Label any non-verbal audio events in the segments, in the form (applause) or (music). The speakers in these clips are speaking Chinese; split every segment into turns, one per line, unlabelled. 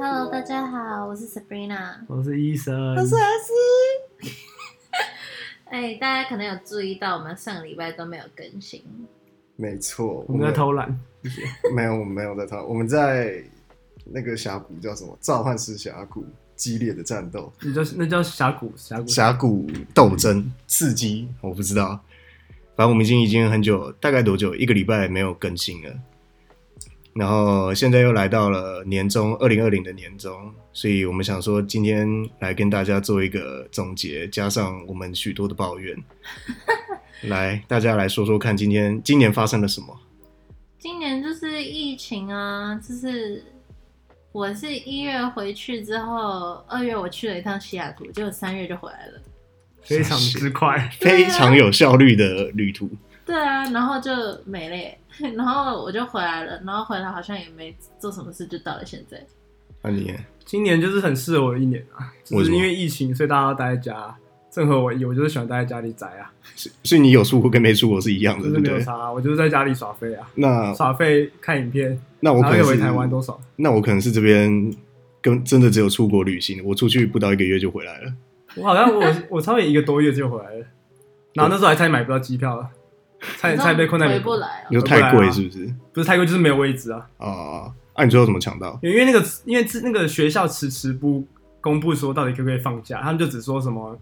Hello，大家好，我是 Sabrina。
我是医生，
老师。 (laughs) 哎，大家可能有注意到，我们上礼拜都没有更新。
没错，
我们在偷懒，谢谢。
没有，我们没有在偷，我们在那个峡谷叫什么？召唤师峡谷，激烈的战斗，
你叫那叫峡谷，峡谷，
峡谷斗争，刺激，我不知道。反正我们已经已经很久，大概多久？一个礼拜没有更新了。然后现在又来到了年终，二零二零的年终，所以我们想说今天来跟大家做一个总结，加上我们许多的抱怨， (laughs) 来大家来说说看今天今年发生了什么。
今年就是疫情啊，就是我是一月回去之后，二月我去了一趟西雅图，结果三月就回来了。
非常之快。
非常有效率的旅途。
对啊，然后就没了耶， (laughs) 然后我就回来了，然后回来好像也没做什么事，就到了现在。
那啊你
今年就是很适合我的一年啊，就
为
是
什么
因为疫情，所以大家都待在家，正合我意。我就是喜欢待在家里宅啊，
是是你有出国跟没出国是一样的，
就
对
是
不
没有
对？
啥啊，我就是在家里耍废啊，
那
耍废看影片，
那我
然后
可能
又
是
回台湾多爽。
那我可能是这边跟真的只有出国旅行，我出去不到一个月就回来了。
我好像我 (laughs) 我差不多一个多月就回来了，然后那时候还差点买不到机票了，差点差点被困在美
回不
国，
来、
你
哦。
说太贵是不是？
不是泰国就是没有位置啊，
啊，啊，你最后怎么抢到？
因为那个因为那个学校迟迟不公布说到底可不可以放假，他们就只说什么，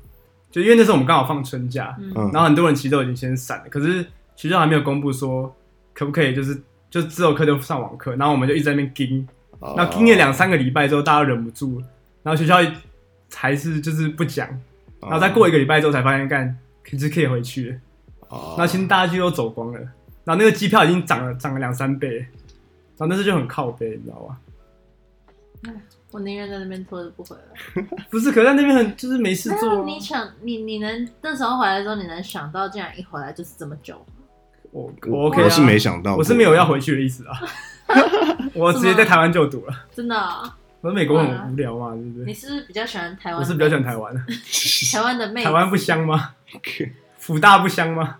就因为那时候我们刚好放春假，
嗯，
嗯
然，后很多人其实都已经先闪了，可是学校还没有公布说可不可以，就是就自由课就上网课，然后我们就一直在那边盯，
啊
然后盯了两三个礼拜之后，大家忍不住了，然后学校还是就是不讲，然后再过一个礼拜之后才发现，干可是可以回去了，
啊
然后其实大家就都走光了，然后那个机票已经涨了涨了两三倍，然后那次就很靠背，你知道吧？
我宁愿在那边拖着不回来。
不是，可是在那边很就是没事
没
做
有，
啊，
你想，你你能那时候回来的时候，你能想到，竟然一回来就是这么久，
我
我
OK 啊
我是没想到，
我是没有要，回去的意思啊，我直接在台湾就读了，
真的啊、
我在美国很无聊嘛，对不
你
对？
是不是比较喜欢台湾？
我是比较喜欢台湾的，
(laughs) 台湾的妹子，
台湾不香吗？福大不香吗？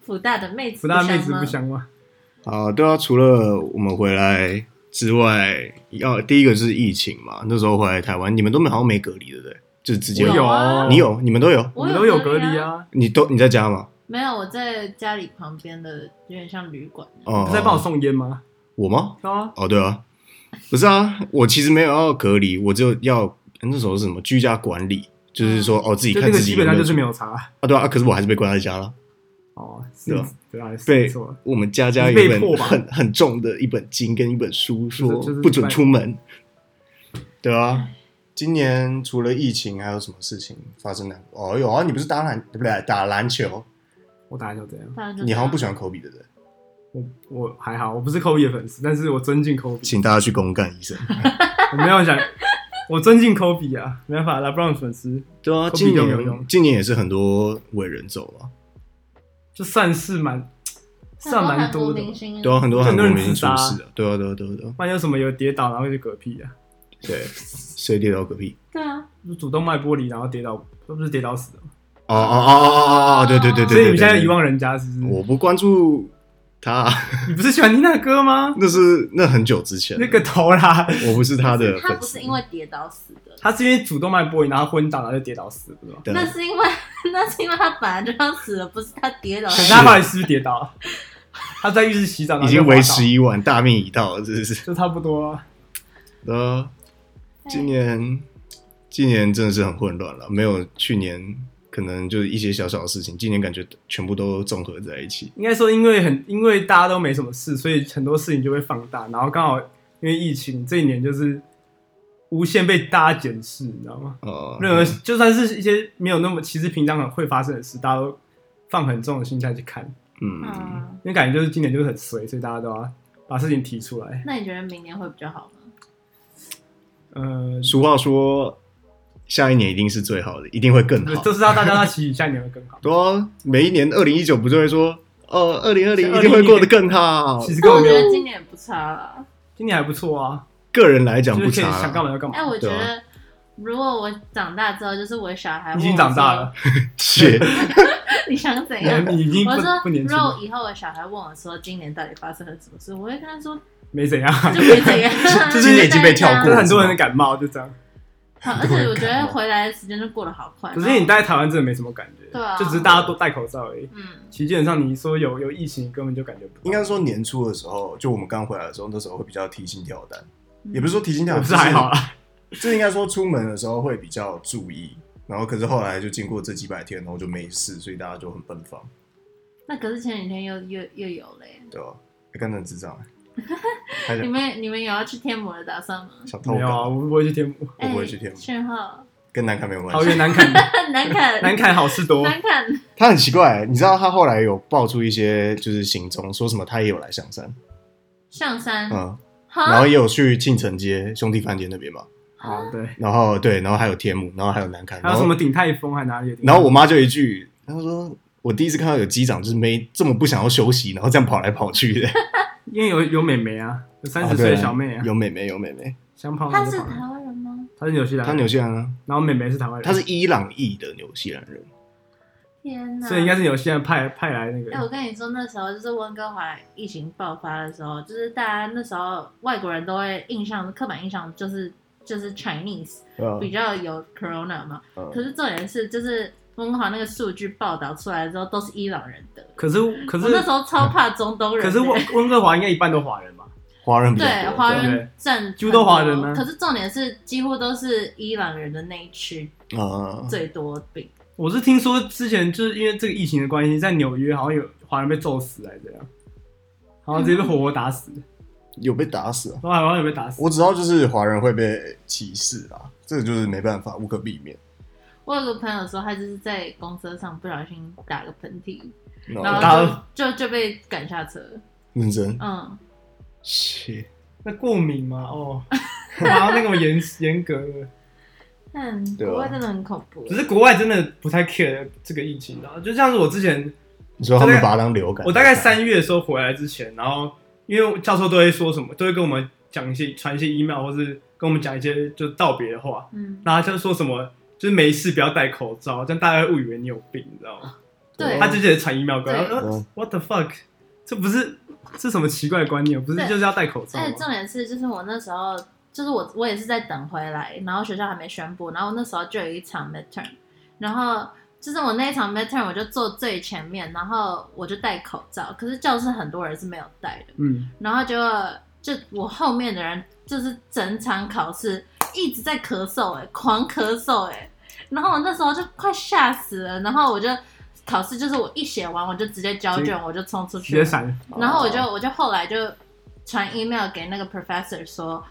福大的妹子
福
不
大
香吗，
妹子不香吗？
啊，对啊，除了我们回来之外，要第一个是疫情嘛，那时候回来台湾，你们都没好像没隔离，对不对？就是直接
我有啊
你有，你们都有，
我
我
们都有隔
离
离。啊，
你都你在家吗？
没有，我在家里旁边的有点像旅馆。
哦
不，是在帮我送烟吗？
我吗？
啊，
哦，对啊，不是啊，我其实没有要隔离，我就要那时候是什么居家管理，就是说哦自
嗯
己
就
看
那个
自己
基
有
本
没
上
有
就是没有差
啊，对啊，啊可是我还是被关在家了。
哦，
对
是
吧
对啊，是没
被
错。
我们家家
你
有
被
一本
迫吧
很很重的一本经跟一本书，
是
说
就是
不准
拜
出门。对啊，今年除了疫情，还有什么事情发生呢？哦，有啊，你不是打篮对不对？打篮球，
我打篮球怎样？
当然就
你好像不
这
喜
样
欢科比，对不对？
我我还好，我不是科比的粉丝，但是我尊敬科比，
请大家去公干医生。
我没有想，我尊敬科比啊，没办法，拉布朗粉丝
对啊，
科比
今
都没有
年
用
今年也是很多伟人走了，
就算是蛮算蛮
很
多
多
的
明。星啊
对啊，很多
很
韩
多
国
人
明星
自
出
杀
事了，对啊，对啊，对啊，对啊，
万一有什么有跌倒，然后就嗝屁啊，
对，谁跌倒嗝屁？
对啊，
就主动脉剥离，然后跌倒，都不是跌倒死的吗。
哦哦哦哦哦哦哦，对对对对对。
所以你们现在
对
遗，忘人家是不
对
是？
我不关注他，
你不是喜欢听那个歌
(laughs)
吗？
那是那很久之前了，
那个头啦，
我不是他的
他
粉
不
丝
是。因为跌倒死的，
他是因为主动脉剥离，然后昏倒，然后就跌倒死，不是
(laughs)
吗？
对啊
那是因为那是因为他本来就要死了，不是他跌倒
可
死
是
的。
他后来是不是跌倒啊？他在浴室洗澡，然后
已
就
经
滑
为
倒
时已晚，大命已到了，是不是？
就差不多啊。
呃，今年今年真的是很混乱了，没有去年可能就是一些小小的事情，今年感觉全部都综合在一起。
应该说，因为很因为大家都没什么事，所以很多事情就会放大，然后刚好因为疫情这一年就是无限被大家检视，你知道吗？
呃，
任何就算是一些没有那么其实平常很会发生的事，大家都放很重的心态去看，
嗯，
嗯，
因为感觉就是今年就是很衰，所以大家都要把事情提出来。
那你觉得明年会比较好吗？
呃，
俗话说，下一年一定是最好的，一定会更好
就。是让大家他期许下一年会更好。
(laughs) 对啊，每一年二零一九不就会说，哦，二零二零
像
一定会过得更好
其。实根
但哦我
本没
觉
有，
得今年也不差啦。
今年还不错啊，
个人来讲
就是
不
可以
差
想干
啦，
嘛就干嘛。
哎、我觉
对啊
得如果我长大之后，就是我小孩
已
问
经
我
长大
说
了，，
谢。，
(laughs) 你想怎样？
你已经不
我说
不年，轻
如果
了，
以后我小孩问我说今年到底发生了什么事，我会跟他说
没怎样。
(laughs) 就没怎样啊
就是今年已经被跳
(laughs) 就
过
是
对啊
很多人感冒就这
(laughs)
样，
好而且我觉得回来的时间就过得好快。哦
可是你待台湾真的没什么感觉，
对啊
就只是大家都戴口罩而已。
嗯，
其实基本上你说有有疫情，根本就感觉不到。
应该说年初的时候，就我们刚回来的时候，那时候会比较提心吊胆，
嗯
也不是说提心吊
我
胆，
是还好啦，啊
就是，就是应该说出门的时候会比较注意。然后可是后来就经过这几百天，然后就没事，所以大家就很奔放，
嗯那可是前几天又又又有了耶。
对吧？哎，刚才很智障欸，还
(laughs)
你
想
们你们有要去天母的打算吗？
想偷
没有啊，
稿，
我不会去天母，
我不会
哎
去天母
讯号
跟南看没有关
桃
系。
园南坎
难
(laughs)
看，
南坎好事多，
难看。
他很奇怪欸，你知道他后来有爆出一些就是行踪，说什么他也有来象山，
象山，
嗯，然
哈
后也有去庆城街兄弟饭店那边嘛，
啊对，
然后对，然后还有天幕，然后还有南看，
还
然
有
后
什么鼎泰丰还哪里的地方？
然后我妈就一句，她说：“我第一次看到有机长就是没这么不想要休息，然后这样跑来跑
(laughs)
去的。
因为有有美眉啊，有三
哦
十岁
对
的小妹啊，
有妹妹，有妹妹，
想跑哪
他
就是跑哪，
台湾人吗？
她是纽西兰
她
人，
纽西兰啊，
然后妹妹是台湾人，
她是伊朗裔的纽西兰人，
天哪！
所以应该是纽西兰派派来那
哎、
个
我跟你说，那时候就是温哥华疫情爆发的时候，就是大家那时候外国人都会印象刻板印象就是就是 Chinese 比
嗯
较有 corona 嘛。可
嗯，
是重点是，就是温哥华那个数据报道出来之后，都是伊朗人得。
可是可
我那
是
时候超怕中东人
可
的、欸
是温温哥华应该一半都华人吧？
华人比较
对
(laughs)
多，
华
对不
人
对
占
几乎都华人啊
很多可是重点是，几乎都是伊朗人的那一区
啊，嗯
最多病。
我是听说之前就是因为这个疫情的关系，在纽约好像有华人被揍死还是怎样，好像直接被活活打死，
有被打死啊。
然后好像有被打死。
我只知道就是华人会被歧视啦，这个就是没办法，无可避免。
我有个朋友说，他就是在公车上不小心打个喷嚏，
然后
然
哦打
后
了
就就就被赶下车。
认真，
嗯，
切，
那过敏嘛，
(laughs)
哦，然后那个严严格的。
但
对啊
国外真的很恐怖。欸
只是国外真的不太 care 这个疫情啊，就像是我之前，
你说他们把它当流感？
我大概三月的时候回来之前，然后因为教授都会说什么，都会跟我们讲一些传一些 email 或是跟我们讲一些就道别的话，
嗯，
然后他就说什么就是没事不要戴口罩，这样大家会误以为你有病，你知道吗？
对
他就直接传 email 过来，
对
呃 What the fuck？这不是这什么奇怪的观念？不是
对
就是要戴口罩
而且
吗？
重点是，就是我那时候，就是我我也是在等回来，然后学校还没宣布，然后那时候就有一场 midterm，然后就是我那一场 midterm 我就坐最前面，然后我就戴口罩，可是教室很多人是没有戴的，
嗯，
然后就就我后面的人就是整场考试一直在咳嗽、欸，哎，狂咳嗽、欸，哎，然后我那时候就快吓死了，然后我就考试就是我一写完我就直接交卷，我就冲出
直
去
接
了，
闪，
哦然后我就我就后来就传 email 给那个 professor 说，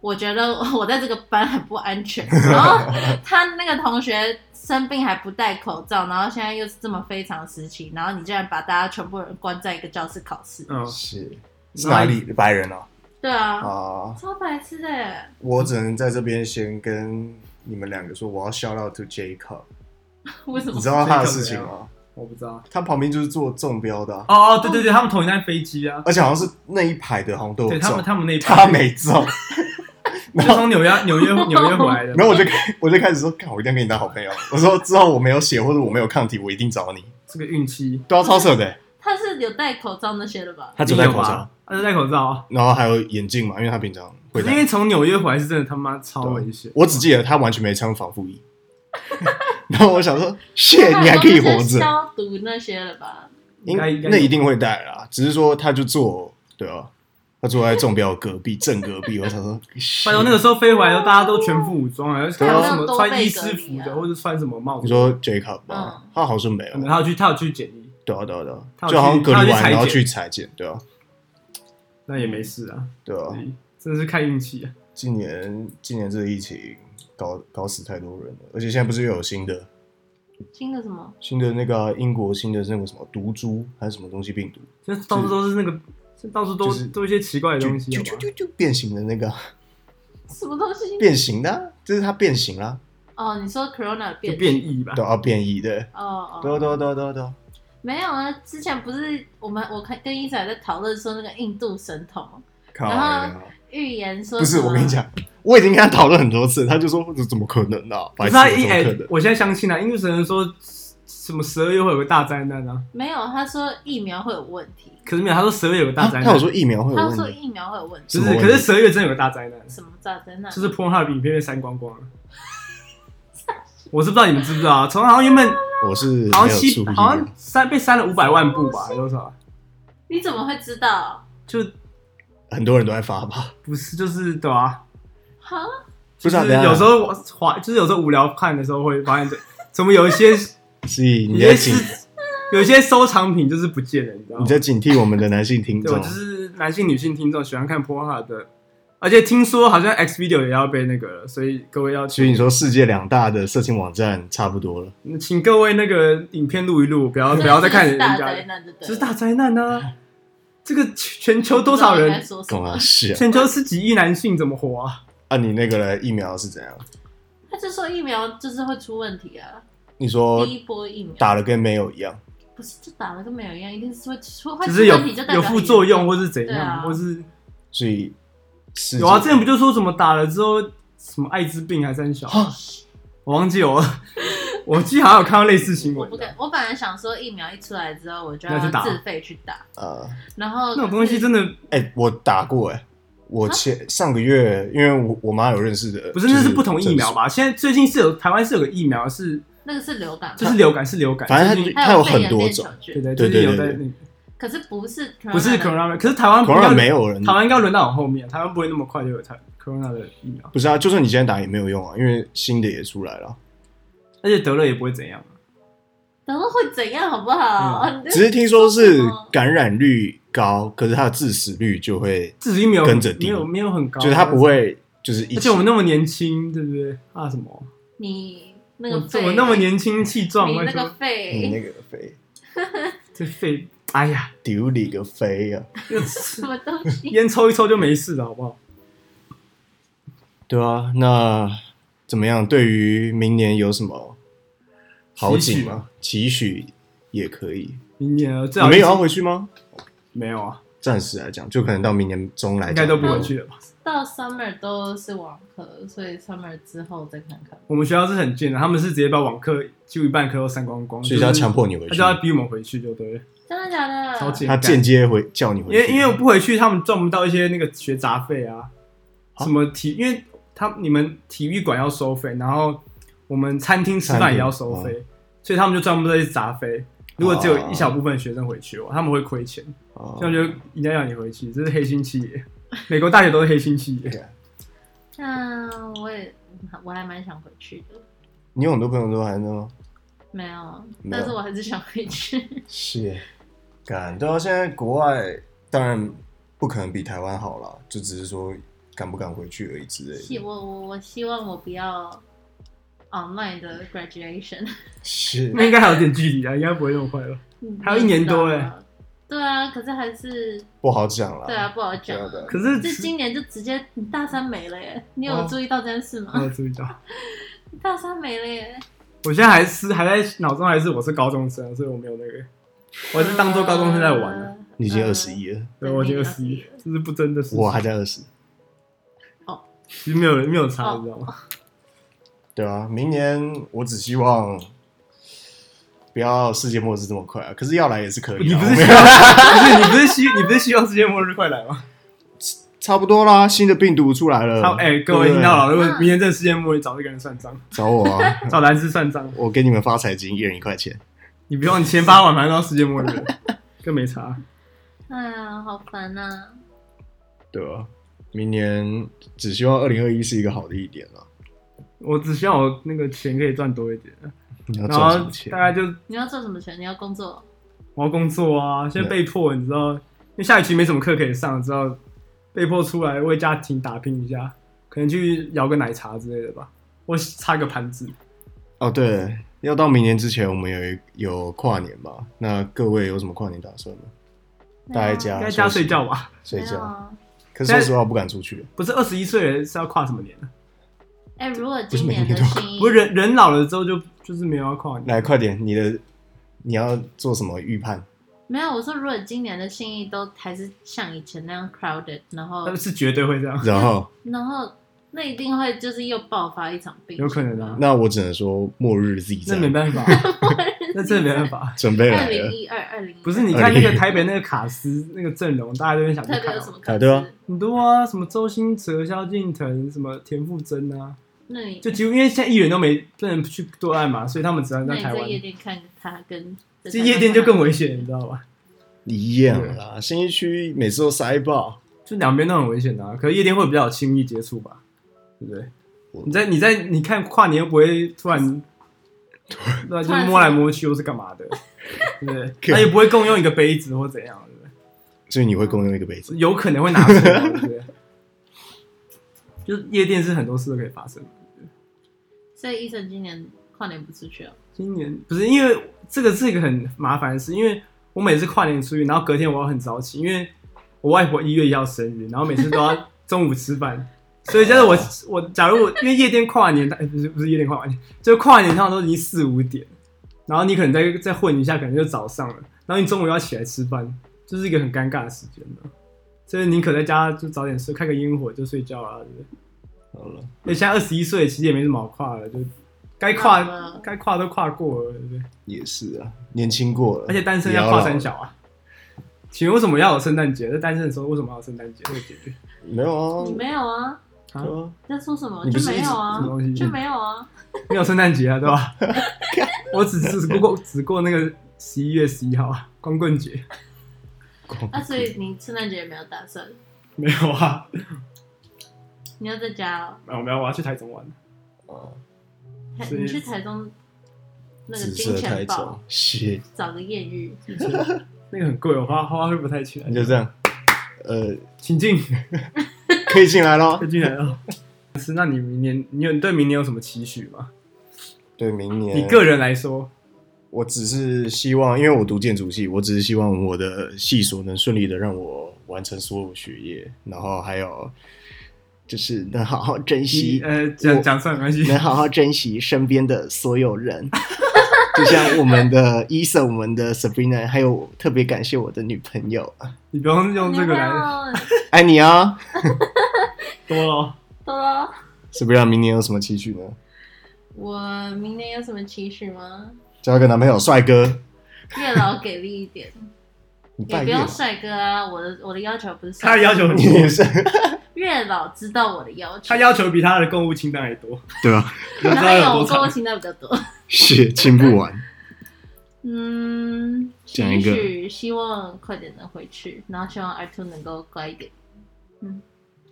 我觉得我在这个班很不安全。然后他那个同学生病还不戴口罩，然后现在又是这么非常时期，然后你竟然把大家全部人关在一个教室考试，
嗯，
是是哪里白人啊？
对啊，
啊，
超白痴的欸耶。
我只能在这边先跟你们两个说，我要 shout out to
(laughs)
Jacob，
为什么
你？知道他的事情吗？
我不知道。
他旁边就是做中标的啊、
哦哦，对对
嗯
对，他们同一班飞机啊，
而且好像是那一排的好像都有
对
中，
他们他们那一
他
班。
没中。
(laughs) 就从纽约纽约纽约回来
(laughs)
的，
然后我就开我就开始说，看我一定要跟你当好朋友。我说之后我没有血或者我没有抗体，我一定找你。
这个运气，
都要超扯的欸、
他是有戴口罩那些的吧？
他只
有
戴口
啊
罩，，
他就戴口罩啊，
然后还有眼镜嘛，因为他平常
可
会啊
是因为
戴。
从纽约回来是真的他妈超危险。
我只记得他完全没穿防护衣。 (laughs) 然后我想说，谢 (laughs) 你还可以活着。
消毒那些的吧？
应该应该
那一定会带啦，只是说他就坐，对啊，他坐在中标隔壁正隔壁，我
(laughs)
想说，
拜托那个时候飞回来的时候大家都全副武装啊，还有什么穿医师服
对
的，
啊
或者穿什么帽
你
子，
说 Jacob 吗？
嗯
他好像没有
可，能他要去他要去检疫，
对啊对啊对
他有
啊，就好像隔离完
去他有去裁剪
然后去裁剪，对啊
那也没事啊，
对啊
所，以真的是看运气啊。
今年今年这个疫情搞搞死太多人了，而且现在不是又有新的
新的什么？
新的那个啊、英国新的那个什么毒株还是什么东西病毒，
就到处都是那个，就到处都
就是
都一些奇怪的
就
东西，
就
好
就
吧
就就变形的那个啊
什么东西？
变形的啊，就是它变形啦，
哦，你说 corona
啊就
变
变异吧
对。啊变异的，
哦哦，
对啊对啊对啊对啊对啊，
没有啊，之前不是我们我看跟伊仔在讨论说那个印度神童
靠
然后
呀
预言说
不是，
什么
我跟你，讲，我已经跟他讨论很多次，他就说这怎么可能啊？
可
白
是
痴啊
他
怎
一哎、
么可能？
我现在相信了、啊，印度神人说什么十二月会有个大灾难啊，
没有，他说疫苗会有问题，
可是没有，他说十二月有个大
啊
灾难，
他有说疫苗会有
他
问
说
题，
疫苗会有问题，
就
什
是
么
可
问题
是十二月真的有个大灾难，
什么炸在那？
就是 Pornhub 影片被删光光了。我是不知道你们知不知道啊？从好像原本
我是
好像
没有
七
注意
好
的
像。删被删了五百万部吧，还是多少啊？
你怎么会知道？
就
很多人都在发吧？
不是就是对啊？
哈，
不是啊
就
等一
是
下
有时候我滑，就是有时候无聊看的时候会发现这，怎么有一些
所以
有
(laughs) 你
一
在
些
警，
是有一些收藏品就是不见了，你知道吗
你？在警惕我们的男性听
对，我
众
就。是男性、女性听众喜欢看 p o r h u 的，而且听说好像 X Video 也要被那个了，所以各位要
所以你
去，
说世界两大的色情网站差不多了，
请各位那个影片录一录，哦不要不要再看人
大
家
灾
的，
难，对不
这是
对？
大灾难啊！这个全球多少
不知道应该？
人
说什
干
么
嘛？是啊？
全球十几亿男性怎么活啊？
啊，你那个嘞疫苗是怎样？
他就说疫苗就是会出问题啊，
你说
第一波疫苗
打了跟没有一样，
不是就打了跟没有一样，一定是会出会
就
出
是有
问题，就代表
有副作用或
者
是怎
对啊
样，或是
所以世界
有啊？之前不就说什么打了之后什么艾滋病还是很小
啊，
我 (laughs) 忘记有，我记得好像有看到类似新
我
闻
不，敢，我本来想说疫苗一出来之后，我就
那
要
去打
自费去打，
啊，
然后
那种东西真的
哎、我打过哎、我前上个月因为我我妈有认识的，
不是，那是不同疫苗
吧？
吧？现在最近是有台湾是有个疫苗是
那个是流感吧，
就是流感是流感，
反正
最
它
近
它
有
有很多种，
对
种，
对
对
最近有
对
在
对
那个
可是不是
不是
corona 的
corona，可是台湾不
corona
要
没，有人，
台湾应该轮到很后面，台湾不会那么快就有台 corona 的疫苗，
不是啊，就算你现在打也没有用啊，因为新的也出来了，
而且得了也不会怎样。
然后会怎样，好不好？
嗯
你这
只是听说是
什么
感染率高，可是它的致死率就会，
自己没有
跟着低
没有没有很高，啊
就是它不，会就是一
而
起
且我们那么年轻，对不对？怕什么？
你那
我
个肺，啊
我那么年轻气壮，
你
为
那
什
个
么
你嗯那
肺，
个肥
这肺？哎
(laughs)
呀，
丢你个肥啊！
这个
什么东西？
烟抽一抽就没事了，好不好？
对啊，那怎么样？对于明年有什么好
期
景
许
吗？期许也可以。
明年呃最
你
好
们有
疫
要
情
回去吗？
没有啊？
暂时来讲，就可能到明年中来
应
讲，
该都不回去了吧？
到 summer 都是网课，所以 summer 之后再看看。
我们学校是很贱的，他们是直接把网课几乎一半课都删光光，
所以他
就是
强迫你回
他
去
就，要逼我们回去，就对了。
真的假的？
超级
他间接回叫你回
因
去，
为因为我不回去，他们赚不到一些那个学杂费啊，
啊
什么体，因为他你们体育馆要收费，然后我们餐厅吃饭也要收
餐
费，所以他们就赚不到一些杂费。如果只有一小部分学生回去哦，他们会亏钱，
哦
这样就应该让你回去，这是黑心企业。美国大学都是黑心企业，
那我也我还蛮想回去的，
你有很多朋友都还在吗？
没有，
没有
但是我还是想回去。
是，感对啊，现在国外当然不可能比台湾好了，就只是说敢不敢回去而已之
(laughs)
类
希
的。
我我我希望我不要 online 的 graduation，
是
那应该还有点距离啊，应该不会那么快吧？还有一年多欸
哎。对啊，可是还是
不好讲了。
对啊，不好讲
对啊对啊
啊。
可是
这今年就直接你大三没了耶！你有
哦
注意到这件事
没有
吗？
注意到，
大三没了耶！
我现在还是还在脑中还是我是高中生，啊所以我没有那个，我还是当做高中生在玩的。
呃
你已经二十一了，
对，我已经
(laughs) 对
二
你
十一
了，
这是不争的事情。
我还在二十。
其 (laughs) 实没有人没有差，
哦
你知道吗？
对啊，明年我只希望不要世界末日这么快啊，可是要来也是可以、啊。
你不
我
是
们
希望， (laughs) 不是你不是希你不是希望世界末日快来吗？
差不多啦，新的病毒出来了。
他哎，各位
嗯对不对
听到了，如果明天这个世界末日，找这个人算账，
找我啊， (laughs)
找蓝斯算账，
我给你们发财金，一人一块钱。
你不用你钱发完，反正到世界末日了，更没差。
哎呀，好烦啊呐！
对啊，明年只希望二零二一是一个好的一啊点了。
我只希望我那个钱可以赚多一点，
你要
然
赚什
后
么钱
大？概就
你要做什么钱？你要工作？
我要工作啊，现在被迫你知道，因为下学期没什么课可以上，知道被迫出来为家庭打拼一下，可能去摇个奶茶之类的吧，或擦个盘子。
哦，对，要到明年之前，我们有一有跨年吧？那各位有什么跨年打算吗？待在
应
家
该家睡觉吧？
没
睡
有
觉。
啊。
可是说实话，我不敢出去。
不是二十一岁人是要跨什么年呢？
哎，如果
不是
今
每
年的
年都
新
(laughs)
一
不是人人老了之后就就是没有要跨年，
来，快点，你的你要做什么预判？ (laughs)
没有，我说如果今年的信
嗯
义都还是像以前那样 crowded，然后
那是绝对会这样。
然后
然后那一定会就是又爆发一场病，
有可能啊
那我只能说末日 Z
那没
战，
办
(laughs)
法，那真的没办法。
准备
二
来
零
了，
一二、二零
啊不是，你看那个台北那个卡斯那个阵容，大家都很想去
特别
看
有
哦
什么感
啊对啊
觉？
很多啊，什么周星驰、萧敬腾、什么田馥甄啊，
那你
就几乎因为现在艺人都没不能去对岸嘛，所以他们只能
那
在
你
台
在
湾。
夜店看他跟
这夜店就更危险，你知道吧？
一样啦。新一区每次都塞爆，
就两边都很危险的、啊，可是夜店会比较有亲密接触吧，对不对？你在你在你看跨年又不会突然，对啊，就
突然
摸来摸去又是干嘛的，对不对？他也不会共用一个杯子或怎样，对不对？
所以你会共用一个杯子，
有可能会拿错，对不对？就是夜店是很多事都可以发生的。
所以医生今年跨年不出去哦，
今年不是因为这个是一个很麻烦的事，因为我每次跨年出去，然后隔天我要很早起，因为我外婆一月一号生日，然后每次都要中午吃饭，哦所以假如我我假如我因为夜店跨年，哎、不是不是夜店跨年，就跨年通常都已经四五点，然后你可能再再混一下，可能就早上了，然后你中午又要起来吃饭，就是一个很尴尬的时间的，所以宁可在家就早点睡，看个烟火就睡觉啦，对不对？
好了，
所以现在二十一岁，其实也没什么好跨了，就该跨
好了
该跨都跨过了，对不对？
也是啊，年轻过了，
而且单身要
也
跨
老
三小啊。请问为什么要有圣诞节？在单身的时候为什么要有圣诞节？会解决
没有啊
哦
你，没有啊？
啊？
对啊
在说什么？
你不
就是没有啊
一直什么东
(laughs)
西？
就没有啊？
没有圣诞节啊，对
(laughs)
吧？我只只过只过那个十一月十一号啊，光棍节
光
那啊所以你圣诞节也没有打算，
没有啊，
你要在家哦？
没有没有，我要去台中玩。
哦
台
所以
你去台中那个
紫
金
色
钱
台
豹
中，是，
找个艳遇，
那个很贵，我花花费不太起来
那。就这样，呃，
请进，
可以进来咯。
快进来了。是，那你明年你有你对明年有什么期许吗？
对，明年
你个人来说，
我只是希望，因为我读建筑系，我只是希望我的系所能顺利的让我完成所有学业，然后还有就是能好好珍
你
惜，
呃讲
我
讲算没关系。
能好好珍惜身边的所有
(laughs)
人，就像我们的伊森、我们的 Sabrina，还有我特别感谢我的女朋友
你不用用这个
你
来
好
爱你啊
多了。
多多。
！Sabrina 明年有什么期许呢？
我明年有什么期许吗？
交一个男朋友，帅哥，
月老给力一点，
你
也
拜
不
月
用
老，
帅哥啊。我的我的要求不是帅
他的
哥
要求很
你
多
也，是
月老知道我的要求
他，要求比他的购物清单还多。
对吧？
然后有我
多
购物
长？
清单比较多。
是亲不完，
嗯，
讲一个
期许希望快点能回去，然后希望 R two 能够乖一点。
(laughs)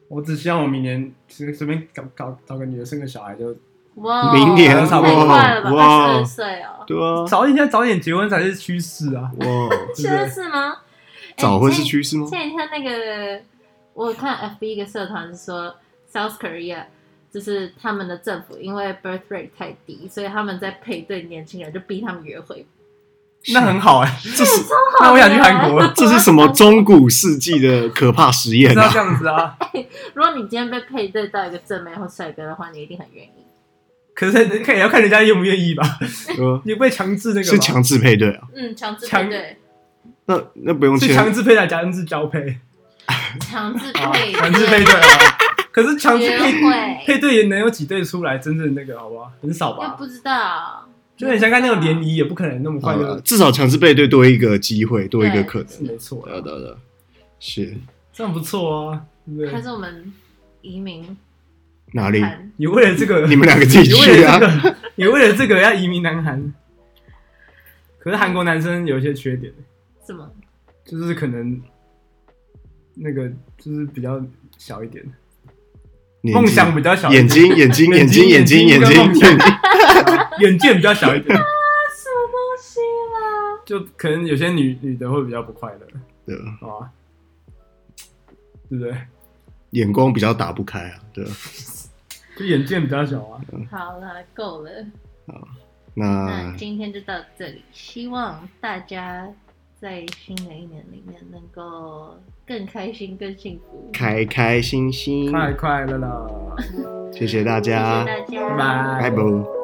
我只希望我明年随随便搞搞找个女的生个小孩就
哇，
明年
太快了吧？
哇
二十二岁哦，
对啊，
早一点早点结婚才是趋势啊！
哇。
对
现
不
在
对？
是吗？哎
早婚是
前
趋势吗？
前几天那个我看 FB 一个社团是说 South Korea。就是他们的政府因为 birth rate 太低，所以他们在配对年轻人，就逼他们约会。
那很好哎，
这是
(laughs) 那我想去
(laughs)
韩国，
这是什么中古世纪的可怕实
是
验
要
啊
这！样子啊。
如果你今天被配对到一个正妹或帅哥的话，你一定很愿意。
可是看也要看人家愿不愿意吧，
呃
你不会强制那个吧
是强制配对啊？
嗯，强制
强
配对，
那那不用
是强
签，
制配对，强制交配
强制
啊，
配对，
强制配对啊。可是强制配
约会
配对也能有几对出来真正那个好不好？很少
又
吧
不，知道，
就很像看那种联谊，也不可能那么快
好
就
了，至少强制配对多一个机会，多一个
对
可
是
能。
没错啊
对。对对，是
这样不错啊，对不
还
对？
是我们移民
哪里？
谈
你为了这个，
(laughs) 你们两个自己
你为
去啊
了！这个，你为了这个要移民南韩。可是韩国男生有一些缺点，
什么？
就是可能那个就是比较小一点，
年纪
梦想比较小一点，
眼睛眼睛 (laughs) 眼睛眼睛眼
跟
睛
梦想 (laughs) 眼界比较小一
什
点，
么东西啦？
就可能有些女女的会比较不快乐，
(laughs) 对啊吧
好吧？对不对？
眼光比较打不开啊，对吧。
就眼界比较小啊，
好了，够了，那
那
今天就到这里。希望大家在新的一年里面能够更开心、更幸福。
开开心心，
快快乐乐，
谢谢大
谢谢
家，
大家，
拜拜
拜拜。